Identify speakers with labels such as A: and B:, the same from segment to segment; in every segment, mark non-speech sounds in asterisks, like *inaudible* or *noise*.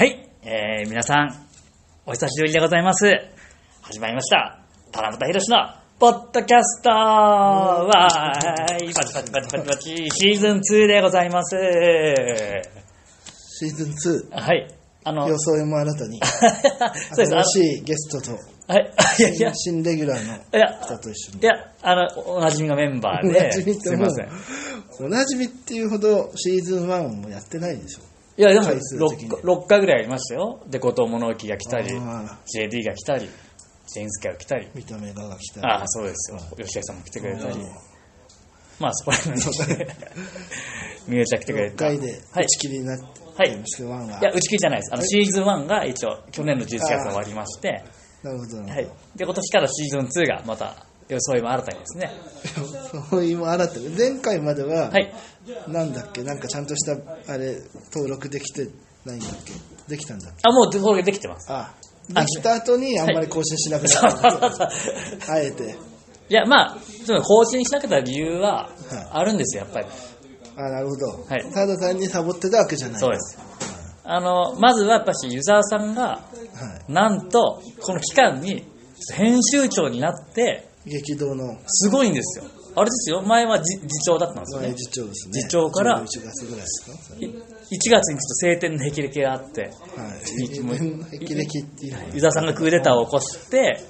A: えー、皆さん、お久しぶりでございます。始まりました。七夕ひろしの、ポッドキャストわーい、パチパチパチパチパチ、シーズン2でございます。
B: シーズン
A: はい。あの、
B: 2、装いも新たに、
A: *laughs* そうです、あの
B: 新、しいゲストと、
A: はい、いやいや、い
B: 新レギュラーの
A: や、
B: 方と一緒に。
A: いや、あの、おなじみのメンバー
B: おな
A: で、
B: じみって
A: すい
B: も
A: ま
B: う
A: せん。い
B: おなじみっていうほどシーズン1もやってないでしょ。
A: や、でも
B: 回数的に
A: 6, 6回ぐらいやりましたよ。で、後藤物置が来たり、
B: あ
A: JD が来たり、ジェンスケが来たり
B: ー、認めが来たり。
A: ああ、そうですよ。吉田さんも来てくれたり
B: うん、
A: まあ、そこら辺の人 *laughs* で、みゆちゃん来てくれ
B: 6
A: た。
B: 回で
A: はい
B: 打ち切りになって
A: はい
B: まして、1はい
A: や、打ち切りじゃないです。あの、シーズン1が一応、去年の11月
B: ああ
A: 終わりまして、
B: なるほど、な
A: は
B: る
A: い。で、今年からシーズン2がまた、装いも新たにですね。
B: ほど。装いも新たに。前回までは
A: は、い。
B: なんだっけ、なんかちゃんとした、あれ、登録できてないんだっけ。できたんだっけ。
A: あ、もう、それできてます。 *laughs*
B: ああ、できた後にあんまり更新しなくなった。あえて。
A: いや、まあ、その更新しなかった理由は、あるんですよ、やっぱり。
B: あなるほど、
A: はい
B: ただ単にサボってたわけじゃない
A: そうです。あの、まずは、やっぱし、ユーザーさんが、
B: は
A: なんと、この期間に、編集長になって、
B: い、激動の
A: すごいんですよ。あれですよ、前はじ次長だったんですよ
B: 前
A: ね。
B: 次長ですね
A: 次長から
B: 11月ぐらいです
A: い1月にちょっと晴天の霹靂があって、
B: かはい
A: いもう
B: 激歴っていう
A: 伊沢さんがクーデターを起こして、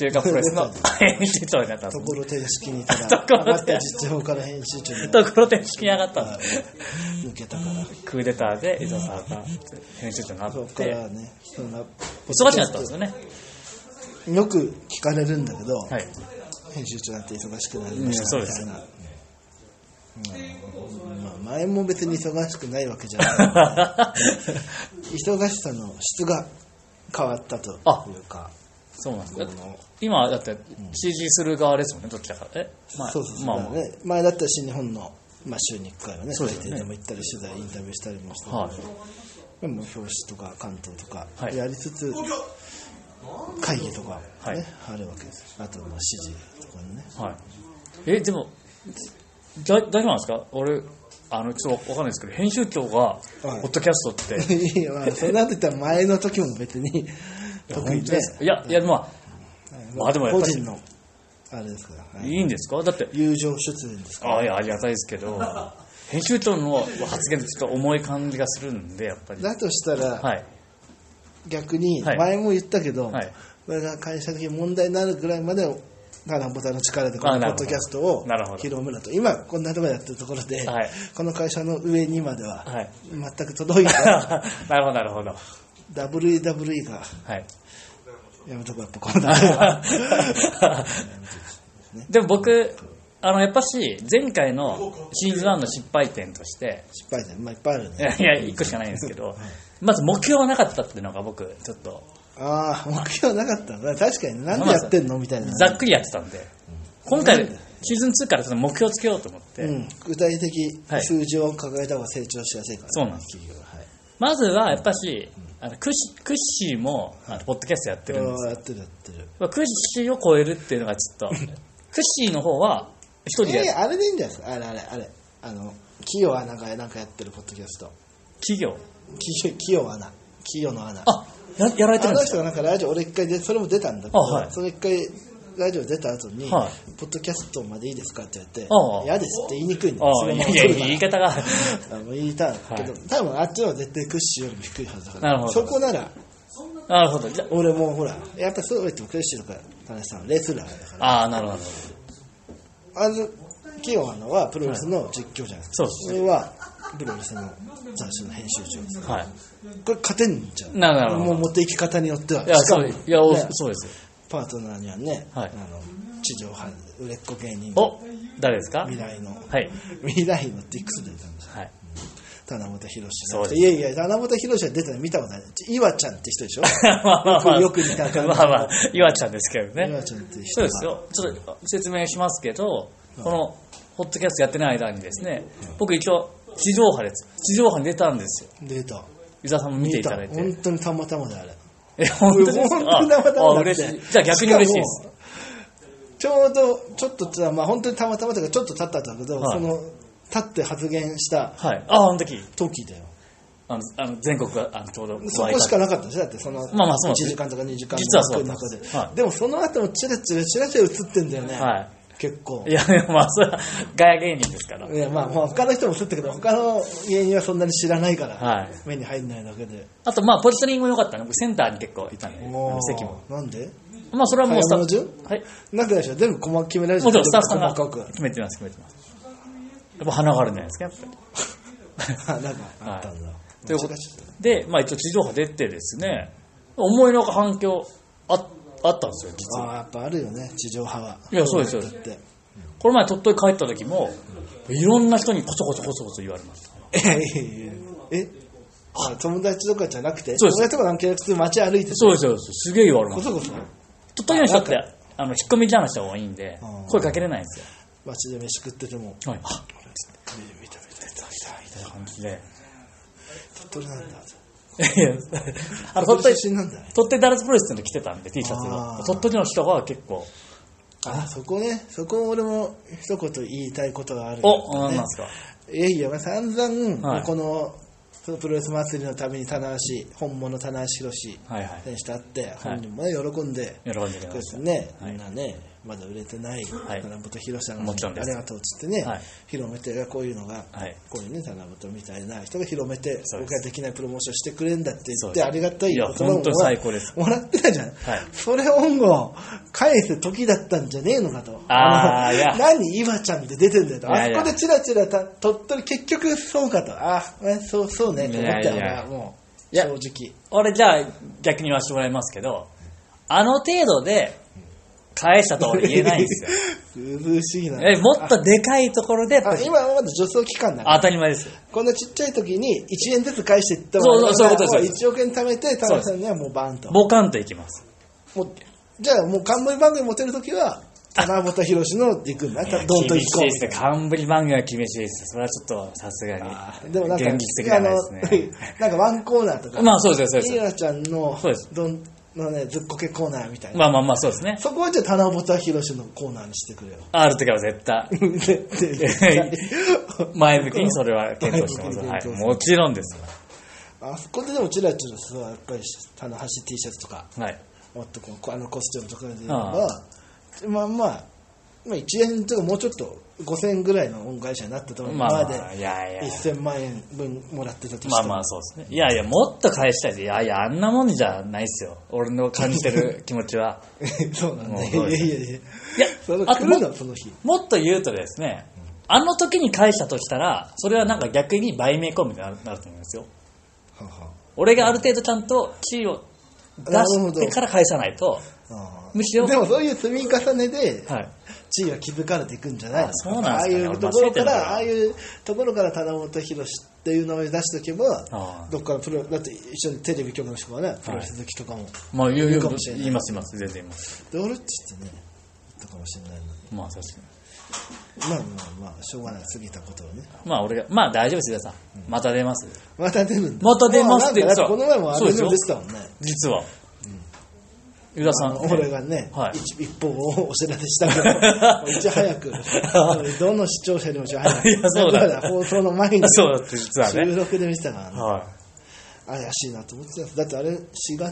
A: 週刊プロレス
B: *laughs*
A: の編集長になったん
B: と
A: で
B: ころ手式にいたら
A: ところ
B: 上
A: 手
B: がった次長から編集長に
A: す。ところで式に上がったんです。
B: 抜けたから
A: クーデターで伊沢さんが編集長にな
B: そ
A: っ
B: こか
A: て、
B: らねそんな
A: 忙しくなったんですよね。
B: よく聞かれるんだけど、
A: はい。 *laughs*
B: 編集長なんて忙しくなりまし
A: うんそうで
B: たみた
A: す
B: いな、うんまあ、前も別に忙しくないわけじゃない忙しさの質が変わったというか
A: そうなんです
B: こ
A: よ。
B: の
A: 今、だって CG する側ですもんね、どっちだから。えまあ
B: そうそうそう、
A: まあ
B: だからね、前だったら新日本の、まあ、週に1回はね、
A: そう
B: そう
A: で
B: です
A: ね
B: でも行ったり取材、インタビューしたりもして、
A: はい
B: でも表紙とか関東とか
A: はい
B: やりつつ、会議とか、ね
A: はい
B: あるわけです、あとまあ指示とかね、 *laughs*
A: はい。え、でも、だ大丈夫なんですか俺、あの、ちょっとわかんないですけど、編集長が、ポ
B: はい
A: ッドキャスト
B: *laughs*
A: って、
B: いやまあ、そうなってたら前の時も別に特にね
A: いや、いや、ままあでもやっ
B: 個
A: ぱり
B: 人のあれですから、
A: あ、
B: はいい
A: いんですかだって、
B: 友情出演ですから、
A: ああ、いや、ありがたいですけど、編集長の発言ってちょっと重い感じがするんで、やっぱり。
B: だとしたら、
A: はい。
B: 逆に
A: はい
B: 前も言ったけど、
A: はい
B: これが会社的に問題になるぐらいまでガランボタの力でこ
A: あ
B: の
A: な
B: ポ
A: るほ
B: ッ
A: ど
B: ドキャストを
A: なるほど
B: 広めると今こんなところやってるところで、
A: はい
B: この会社の上にまでは
A: はい。 *laughs*
B: 全く届いてない
A: なるほど、なるほど。
B: WWE が *laughs*
A: はい。
B: やめとこうやっぱこの中は
A: でも僕、あの、やっぱし、前回のシーズン1の失敗点として、
B: 失敗だよ、まあ、いっぱいある
A: い
B: ね
A: や、いや一個しかないんですけど、まず目標はなかったっていうのが僕、ちょっと、
B: ああ目標なかったな確かになんでやってんのみたいな
A: ざっくりやってたんで、今回、シーズン2からその目標をつけようと思って、
B: うん、具体的
A: はい
B: 数字を掲げた方が成長しやすいから、
A: そうなんです
B: 企業ははい
A: まずはやっぱし、あのクッシクッシーもあのポッドキャストやってるんです
B: ああ
A: よ
B: やってるやってる
A: まあクッシーを超えるっていうのがちょっと、クッシーの方は一人でや
B: え
A: る
B: あれでいいんじゃないですかあれあれあれあの企業アナがなんかやってるポッドキャスト
A: 企業。
B: 企業企業アナ企業のアナ
A: あ、ややられて
B: あ
A: るん
B: の
A: ですか
B: 人がなんかラジオ俺一回でそれも出たんだけど、
A: あはい
B: その一回ラジオ出た後に、
A: は
B: ポッドキャストまでいいですかって言われて
A: ああ
B: 嫌ですって言いにくいんだよ
A: ああ、いやいや、言い方が。 *laughs*
B: あの言いたいけど、
A: は
B: 多分あっちの方が絶対クッシーよりも低いはずだから
A: なるほど
B: そこなら
A: なるほど。じゃ
B: 俺もほらやっぱそう言ってもクッシーとか田中さんはレスラーだから
A: ああ、なるほど。
B: あの企業アナはプロレスの実況じゃないですか、
A: はいそう
B: れはプロレスの雑誌の編集長です
A: はい。
B: これ勝てんじゃん。
A: なるほど
B: もう持っていき方によっては。
A: いや、
B: しか
A: そ
B: も
A: ういや、お
B: ね
A: そうです。
B: パートナーにはね、
A: はい
B: あの地上波売れっ子芸人、
A: お、誰ですか
B: 未来の、
A: はい。
B: 未来のディックスで出たんですよ。
A: はい。 *laughs*
B: 七夕博士
A: そうです
B: いやいや、七夕博士は出たの見たことない。岩ちゃんって人でしょ
A: *laughs* まあまあまあ、
B: よくよく似た感じ
A: まあまあ、岩ちゃんですけどね。
B: 岩ちゃんって人
A: そう
B: が
A: ですよ。ちょっと説明しますけど、この、ホットキャストやってない間にですね、僕一応、地上波です。地上波に出たんですよ。
B: 出た。
A: 伊沢さんも見ていただいて。
B: 本当にたまたまであれ。
A: *laughs* え、本当ですか
B: 本当にたまたまだ
A: あ
B: って
A: 嬉しい。じゃあ逆に嬉しいです。
B: ちょうど、ちょっとつまあ本当にたまたまというか、ちょっと経ったんだけど、
A: はい
B: その、立って発言した
A: はい。あ、あの時。
B: 時だよ。
A: あのあの全国があのちょうど
B: そこしかなかったでしょだってその
A: まあまあそうなん
B: 1
A: です
B: 時間とか2時間
A: 実はそうなん
B: 中
A: です
B: で、
A: はい
B: でもその後もチラチラチラチラ映ってんだよね、
A: は
B: 結構
A: い。いや、でもまあ、それはガヤ芸人ですから
B: い。やまあ、まあ、他の人も映ったけど他の芸人はそんなに知らないから、
A: はい
B: 目に入んないだけで
A: あと、まあ、ポジショニングも良かったね。僕、センターに結構いたんで、あ
B: も
A: の
B: う
A: 席も。
B: なんで
A: まあ、それはもうスタッ
B: 早めの
A: フ。はい。
B: なんででしょう全部細かく決められる
A: もちろん、スタッフさんが
B: 細か
A: 決めてます、決めてます。やっぱ花があるんじゃないですか、やっぱり。
B: くあなんかあったんだ、
A: ということ
B: 難しい
A: で、まあ、一応地上波出てですね、思いのほか反響ああったんですよ、実は。
B: ああやっぱあるよね地上波はい
A: やそうですよ
B: だって
A: この前、鳥取帰った時も、いろんな人にこそこそこそこそ言われました。
B: えええあ友達とかじゃなくて
A: そう
B: 友
A: です
B: 達とかなんか普通街歩いてて
A: そうですよ、そうですすげえ言われま
B: こ
A: し
B: そこそ
A: た。鳥取の人って、あの、引っ込みじゃな人が多いんで
B: あ、ー
A: 声かけれないんです
B: 街で飯食ってても
A: よ。はい。あ
B: 見た見た見た見た見た
A: みたいな感じで。
B: 鳥取なんだ
A: いやいやあの鳥取
B: 鳥取、出身なんだ
A: 鳥取ダルスプロレスっていうの着てたんで、T シャツが
B: あ。ー
A: 鳥取の人が結構、
B: あそこねそこ俺も一言言いたいことがある
A: お、
B: ね
A: なんですか。
B: いやいや、まあ、散々、
A: はい
B: このそのプロレス祭りのために棚橋本物棚橋宏志
A: はいはい。
B: 選手と会って、本人もね喜んで
A: 喜んでくれ
B: そう
A: ま
B: で
A: し
B: すね、
A: はい
B: みんなね、まだ売れてない、
A: はい
B: 七夕宏さん
A: もちろん
B: あ
A: です
B: りがとうっつってね、
A: はい
B: 広めて、こういうのが、
A: はい
B: こういうね、七夕みたいな人が広めて、
A: そうです
B: 僕ができないプロモーションしてくれんだって
A: そ
B: 言
A: う
B: っ
A: で
B: て、
A: す
B: ありがたい
A: いや
B: 言葉も
A: 本当に最高です
B: もらってたじゃん。
A: い
B: それ恩を返す時だったんじゃねえのかと。
A: あー
B: の
A: いや
B: 何、岩ちゃんって出てんだよと。
A: いや
B: あ
A: い
B: そ
A: や
B: こでチラチラた鳥取、結局そうかと。あー、えそう、そうね、と思ったよ
A: いやいや
B: な、もう、
A: いや
B: 正直。
A: 俺じゃあ逆に言わせてもらいますけど、あの程度で返したとは俺言えないんです
B: *laughs*
A: よ。
B: 涼しいな。
A: えもっとでかいところで、やっぱ
B: あ
A: り
B: 今はまだ助走期間だから
A: 当たり前ですよ。
B: こんなちっちゃい時に1円ずつ返していった
A: そうそうそういうことです
B: 1億円貯めて田中さんにはもうバーンと
A: ボカンといきます。
B: もうじゃあもう冠番組持てる時は田中宏の行くんだ
A: いや
B: ドンと
A: 厳
B: 行
A: し
B: こ
A: いですね。冠番組は厳しいです。それはちょっとさすが
B: う
A: に。
B: でもなんか
A: 現実的じゃないですね。
B: あのなんかワンコーナーとか
A: まあそうですよ、そうで
B: イ
A: すよ。
B: ラちゃんの
A: そうです
B: どんのねずっこけコーナーみたいな、
A: まあまあまあそうですね。
B: そこはじゃあ田中宏のコーナーにしてくれ
A: *laughs*
B: よ
A: ある時は絶対。
B: 絶対
A: 前向きにそれは検討してます。
B: 前向
A: は
B: き
A: い。
B: に検討する
A: もちろんです。
B: あそこででもチラチラさやっぱり棚橋 T シャツとか
A: はい。
B: もっとこうあのコスチュームとかで言えば、まあまあ、まあ、1円とかもうちょっと5000円ぐらいの恩返しになったと思う、
A: まあまあ
B: 今ま
A: いやいや
B: で1000万円分もらってたとしても
A: まあまあそうですね。いやいや、もっと返したいです。いやいや、あんなもんじゃないですよ。俺の感じてる気持ちは。
B: *laughs* そうなんだ、
A: もう
B: い
A: そう
B: や
A: で
B: い
A: す
B: やい
A: い
B: や
A: や
B: その
A: あと
B: 来るのその日
A: もっと言うとですね、あの時に返したとしたら、それはなんか逆に売名コンビになるなると思いますよ。
B: はは
A: 俺がある程度ちゃんと地位を出してから返さないと、
B: ああ
A: むしろ
B: でもそういう積み重ねで
A: はい。
B: 地位は築かれていくんじゃないの
A: あそうなんですかね
B: ああいうと
A: 俺
B: ころか
A: 忘れてたな
B: らああいうところから棚本博っていう名前出しておけ
A: あ
B: ば
A: あ
B: どっかのプロだって一緒にテレビ局の人がねプロレス好きとかも、
A: まあ言う
B: い
A: 言
B: いうかもしれない
A: 言います、言います。全然言います。
B: で俺っちってね言ったかもしれないのに
A: まあ確か
B: まあまあまあしょうがない過ぎたことをね
A: に。まあ俺が、まあ大丈夫です、皆さん。また出ます。
B: また出るんだ
A: また出ますって
B: あなんかだ
A: そ
B: こ
A: う
B: の前もあ
A: そう
B: れ
A: です
B: で
A: よ
B: も出てたもんね
A: 実は。ユダさ
B: あ
A: ん
B: の。俺がね、
A: はい
B: 一一歩をお知らせしたから、いち
A: *laughs*
B: 早く、どの視聴者よりもいち早
A: *laughs*
B: く、
A: いやそうだ
B: だから放送の前に
A: そうだって実
B: *laughs*
A: はね。
B: 収録で見てたからね、
A: は
B: 怪しいなと思ってたんですだってあれ、4月だ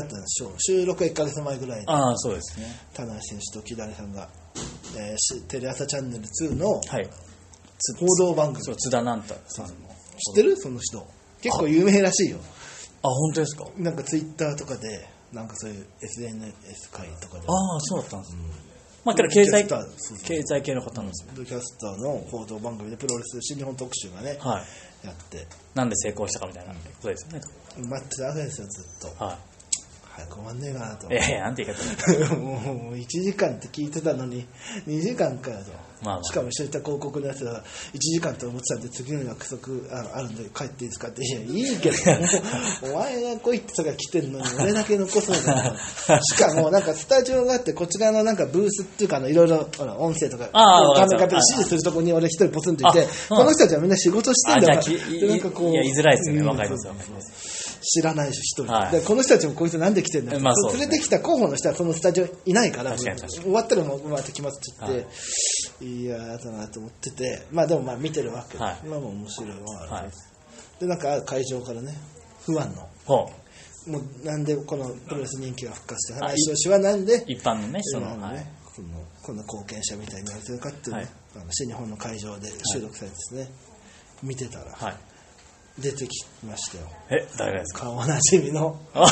B: ったんでしょう、収録1か月前ぐらい
A: い。
B: に、
A: ああ、そうですね。
B: 田中選手と木谷さんが、えーしテレ朝チャンネル2の
A: はい。
B: 報道番組、
A: そう、
B: 知
A: 津田なんたさんの。
B: ってるその人、結構有名らしいよ。
A: あ、本当ですか
B: なんかツイッターとかで、なんかそういう SNS 会とかで、
A: ああ、そうだったんですね。まあ、けど経済
B: キャスターそうそう、
A: 経済系の方なんですよ。
B: ポッドキャスターの報道番組でプロレス新日本特集がね、
A: はい。
B: やって、
A: なんで成功したかみたいなことですよね。
B: 待ってたわけですよ、ずっと。
A: は
B: 早く終わんねえかなと
A: い。い。やいや、なんて言い方だ
B: もう1時間って聞いてたのに、2時間かよと。
A: まあまあ
B: しかも一緒にいた広告のやつが1時間と思ってたんで、次の約束ああるんで帰っていいですかって、いや、いいけど、お前が来いってとから来てんのに、俺だけ残そうだと。しかも、なんかスタジオがあって、こっち側のなんかブースっていうか、あのいろいろほら音声とか、
A: ああわかりました
B: 画面が指示するとこに俺一人ポツンといて
A: あ、
B: この人たちはみんな仕事してんだ
A: あ
B: か
A: じゃあき
B: ら、でなんかこう
A: いや言いづらいですよね
B: うん
A: わかりますわかりま
B: 知らないし、一人、
A: はい
B: でこの人たちもこいつなんで来てんだって、
A: まあそうですね
B: 連れてきた候補の人はそのスタジオいないから、
A: 確かに確かに
B: 終わったらもうまた決まっちゃって、い、やーだなと思ってて、まあでもまあ見てるわけ、
A: はい
B: まあもう面白いわ、
A: はい
B: でなんか会場からねファンの
A: ほう。
B: もうなんでこのプロレス人気が復活して
A: あ
B: 花井氏はなんで
A: 一般のね、人
B: 今
A: の。
B: の
A: は
B: ね
A: い。
B: このこんな貢献者みたいになれてるかっていう
A: はい
B: ねあの新日本の会場で収録されてですね見てたら
A: はい。
B: 出てきましたよ
A: え、誰がですか
B: 顔おなじみの
A: あ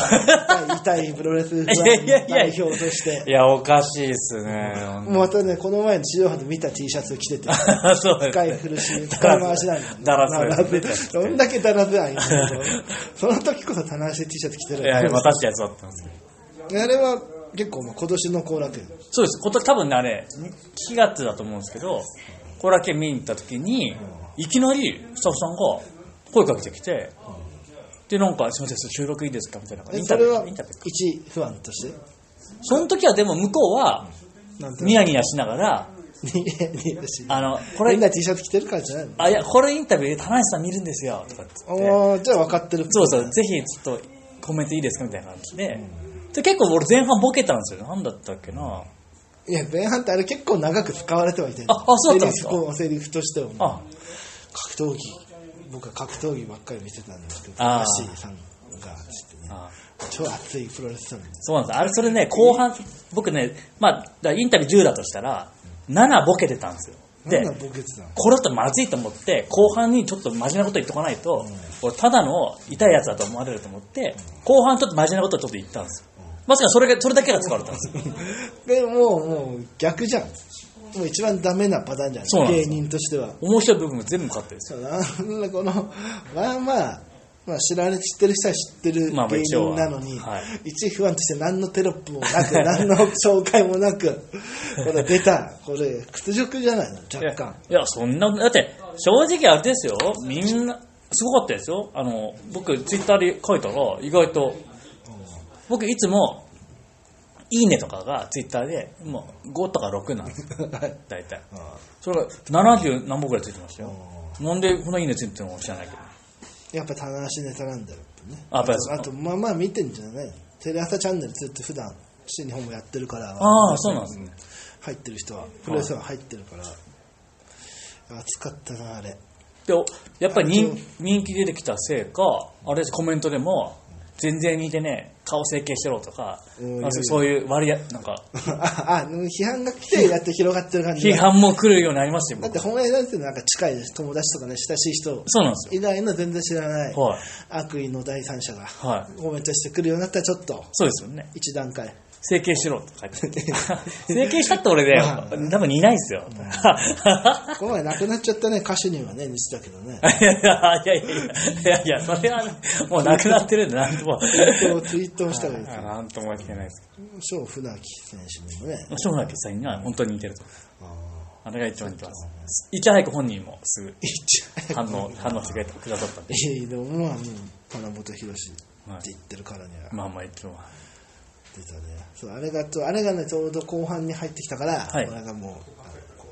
B: 痛いプロレスファン
A: いやいやいや
B: 代表として
A: *laughs* いや、おかしいっすね。ほんと
B: もうまたね、この前の地上波で見た T シャツ着
A: *laughs*
B: てて、
A: そうですね
B: 使い古し、使い回しなん
A: だ
B: だ。
A: らす
B: だらすどんだけだらすなんやけどその時こそ棚橋で T シャツ着てる
A: いや、私たやつだったんですけど。
B: あれは結構、まあ今年の後楽園。
A: そうです。こと多分ね、あれ、4月だと思うんですけど、これだけ見に行った時に、いきなりスタッフさんが声かけてきて、で、なんか、すいません、収録いいですかみたいな感じで。
B: え
A: イン
B: そ
A: タビ
B: れ
A: ュ
B: は
A: ーインタビューか
B: 一ファンとして、
A: その時はでも向こうは、
B: なんて
A: ニヤニヤしながら、
B: いうの
A: あの、こ
B: これ
A: れ
B: みん、な T シャツ着てるからじゃないの
A: あ、いや、これインタビューで田中さん見るんですよ、とかって言って。
B: おーじゃあ分かってる。
A: そうそう、ぜひちょっとコメントいいですかみたいな感じで。で結構俺前半ボケたんですよ。なんだったっけな。
B: いや、前半ってあれ結構長く使われてはいてる。
A: ああそうだったんですか
B: セリフこうセリフとしてはもう
A: あ、
B: 格闘技、僕は格闘技ばっかり見てたんですけど、
A: あー
B: らしいさんが、つってね。
A: あ
B: 超熱いプロレスさんです
A: そうなんです。あれ、それね、後半、僕ね、まあ、だからインタビュー10だとしたら、7ボケてたんですよ。で
B: なん、だボケツなの
A: これだとまずいと思って、後半にちょっと真面目なこと言っとかないと、俺ただの痛いやつだと思われると思って、後半ちょっと真面目なことちょっと言ったんですよ。まさかそれが、それだけが使われたんですよ。
B: *laughs* でもうもう逆じゃんもう一番ダメなパターンじゃ
A: そう
B: な
A: なん
B: い
A: で
B: 芸
A: す
B: 人としては
A: 面白い部分が全部カットですよ。
B: そうなんだこのまあまあまあ、知られ知ってる人は知ってる
A: まあ
B: 芸人なのに、
A: 一応ははい
B: 一不安として何のテロップも
A: *laughs*
B: なく何の紹介もなくこれ出たこれ屈辱じゃないの若干
A: いや、いやそんな、だって、正直あれですよ、みんな、すごかったですよ。あの、僕、ツイッターで書いたら、意外と、僕、いつも、いいねとかがツイッターで、もう5とか6なんです
B: *laughs*
A: よ、大体。それが70何本くらいついてましたよ。なんでこのいいねついてるのか知らないけど。
B: やっぱ棚橋ネタなんだよやっぱね
A: あやっぱり
B: とあとまあまあ見てんじゃないテレ朝チャンネルずっと普段新日本もやってるから
A: ああ、そうなんですね。
B: 入ってる人はプロレスは入ってるから、暑かったなあれ *laughs*
A: で、おやっぱり
B: あ
A: 人
B: そう
A: 人気出てきたせいか、あれです、コメントでも、全然似てね、顔整形してろとか、
B: うん
A: あそうそういう割合、なんか、
B: ああ批判が来てやって広がってる感じ
A: 批判も来るようになりましたよ、
B: だっ
A: 僕
B: て本営なんてなんか近いです友達とかね親しい人
A: そうなんですよ。
B: 以外の全然知らない
A: はい。
B: 悪意の第三者が
A: はい。
B: コメントしてくるようになったらちょっと
A: そうですよね。
B: 一段階
A: 整形しろって書いて
B: *laughs*
A: ある整形したって俺で、多分似ないですよ。
B: この前亡くなっちゃったね歌手にはね西だけ
A: *laughs*
B: どね
A: いやいやいやいや、いやいや、それはね、もうなくなってるんで、なんとも。
B: ツイートをしたらいいですよ
A: なんとも言ってないです。
B: 小船木選手にもね
A: しょうがない、実際には本当に似てると。
B: あ
A: あれが一番似てます。いち早く本人もすぐ
B: 一
A: 反応、反応してくれたくださったんで。
B: いいのもまあもう花本博士って言ってるからには
A: まあまあ、いつもは。
B: 出たねそうあれがとあれがねちょうど後半に入ってきたから、
A: はい
B: 俺がもうあのこ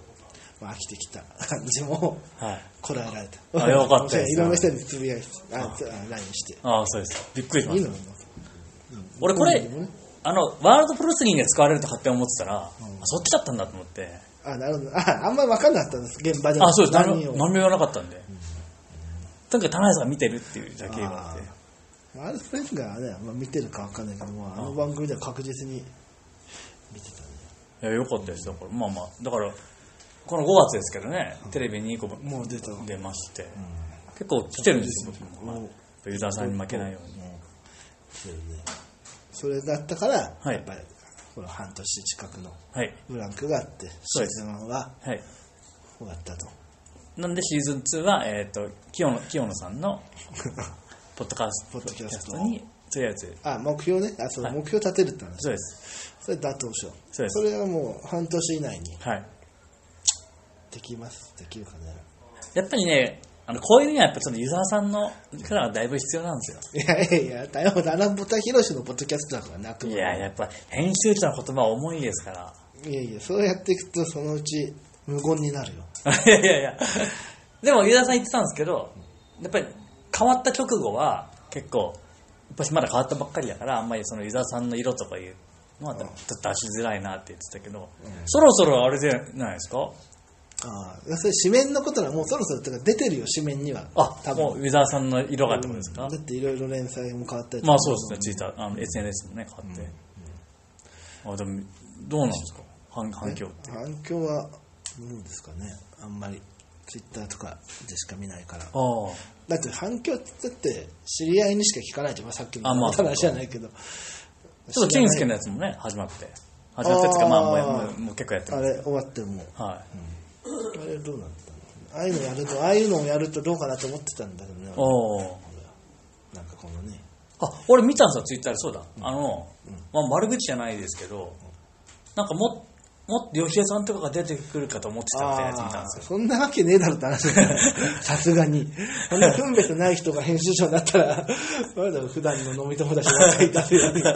B: う、まあ、飽きてきた感じも
A: はい。
B: こらえられた
A: あよかったです
B: *laughs* いろんな人につぶやいてあつあ LINE して
A: ああ、そうです。びっくりしま
B: いい
A: した
B: の。
A: 俺これ
B: 本人もね、
A: あの、ワールドプロレスリングで使われると勝手に思ってたら、そっちだったんだと思って。
B: あなるほどああんまり分かんなかったんです現場では
A: あ、そうです。何
B: 何を
A: も何も言わなかったんで。とにかく田中さんが見てるっていうだけ言われて。
B: まあ、ルフレンズがね、まあ、見てるか分かんないけどもあの番組では確実に見てたね
A: いや、よかったですよ。これまあまあ、だから、この5月ですけどね、テレビに2個
B: もう出た
A: 出まして、結構来てるんですよ、僕も。まあ
B: もう
A: ユーザーさんに負けないように。
B: そうよねそれだったから、
A: はい
B: やっぱりこの半年近くの
A: はい。
B: ブランクがあってシ
A: そう
B: ー
A: です
B: ズン1は
A: はい。
B: 終わった
A: *laughs*
B: と
A: なんでシーズン2は、えっ、と、清野、清野さんの、ポッドカスト、
B: ポッドキャスト
A: に、とりあえず、
B: あ目標ねあそう、
A: はい
B: 目標立てるって話
A: そうです。
B: それ妥当しよ
A: そうです
B: それはもう半年以内に
A: はい。
B: できますできるかね
A: やっぱりね、あの、こういうのはやっぱちょっとユーザーさんの力がだいぶ必要なんですよ。
B: いやいやいやだよだらぼたひろしのポッドキャストだからなあくま
A: い
B: で
A: や、やっぱ編集長の言葉は重いですから。
B: いやいやそうやっていくとそのうち無言になるよ
A: いやいやいや。でも、ユダさん言ってたんですけど、やっぱり変わった直後は結構、やっぱりまだ変わったばっかりだから、あんまりそのユダさんの色とかいうのはちょっと出しづらいなって言ってたけど、そろそろあれじゃないですか
B: ああそれ紙面のことならもうそろそろとか出てるよ紙面には
A: あ、もうウェザーさんの色がってことですか、
B: だっていろいろ連載も変わったりとか
A: まあそうですね、ツイッター、あの SNS もね、変わって。あでも、どうなんですか反反響。
B: 反響はどうですかねあんまりツイッターとかでしか見ないから
A: ああ。
B: だって反響ってだって知り合いにしか聞かないじゃんまあさっき
A: あま
B: の
A: あ
B: 話じゃないけど
A: ちょっと金助のやつもね、始まって。始まってっていうか、まあもうやもう、もう結構やって
B: あ
A: る。
B: れ終わっても
A: は
B: あれどうなったのああいうのやるとああいうのをやるとどうかなと思ってたんだけどね
A: い。おお。
B: なんかこのね
A: あ、俺見たんですよ、ツイッターで。そうだ。あの、まあ悪口じゃないですけど、なんかも、もっと吉江さんとかが出てくるかと思ってたみたいなやつ見たん
B: あ
A: です
B: ー
A: よ。
B: そんなわけねえだろって話だ
A: *laughs*
B: よさすがに。そんな分別ない人が編集長になったら、まだ普段の飲み友達がいたりだ